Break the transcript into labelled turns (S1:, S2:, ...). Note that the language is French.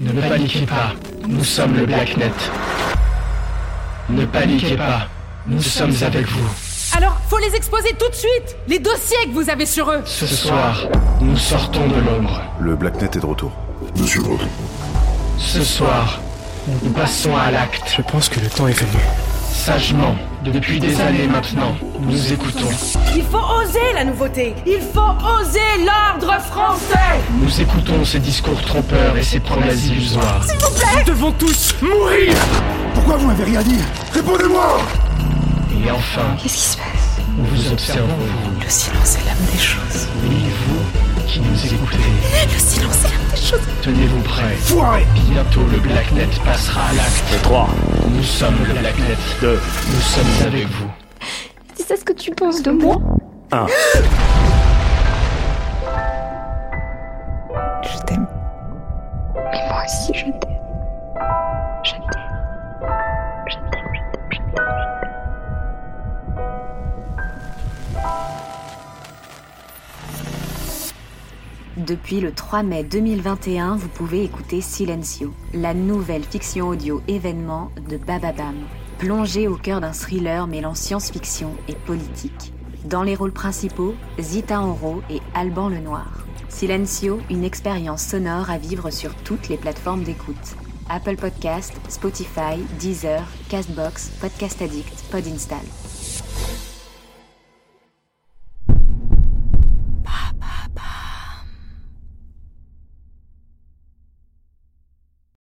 S1: Ne, ne paniquez pas, nous sommes le Blacknet. Ne paniquez pas, nous sommes avec vous.
S2: Alors, faut les exposer tout de suite Les dossiers que vous avez sur eux
S1: Ce soir, nous sortons de l'ombre.
S3: Le Blacknet est de retour.
S4: Monsieur Rowe.
S1: Ce soir, nous passons à l'acte.
S5: Je pense que le temps est venu.
S1: Sagement, depuis des années maintenant, nous écoutons.
S2: Il faut oser la nouveauté Il faut oser l'ordre français
S1: Nous écoutons ces discours trompeurs et ces promesses illusoires.
S2: S'il vous plaît
S5: Nous devons tous mourir
S4: Pourquoi vous m'avez rien dit Répondez-moi
S1: Et enfin,
S6: Qu'est-ce qui se passe
S1: nous vous observons, vous,
S6: Le silence est l'âme des choses.
S1: et vous qui nous écoutez.
S6: Le silence est l'âme des choses.
S1: Tenez-vous prêts.
S4: Foiré
S1: Bientôt, le Blacknet passera à l'acte.
S7: 3,
S1: Nous sommes le Blacknet.
S7: 2,
S1: Nous sommes avec vous.
S6: C'est ça ce que tu penses de moi
S7: 1.
S6: Je t'aime. Mais moi aussi, je t'aime. Je t'aime. Je t'aime, je t'aime, je t'aime.
S8: Depuis le 3 mai 2021, vous pouvez écouter Silencio, la nouvelle fiction audio événement de Bababam. Plongé au cœur d'un thriller mêlant science-fiction et politique. Dans les rôles principaux, Zita Enro et Alban Lenoir. Silencio, une expérience sonore à vivre sur toutes les plateformes d'écoute. Apple Podcast, Spotify, Deezer, Castbox, Podcast Addict, Podinstall.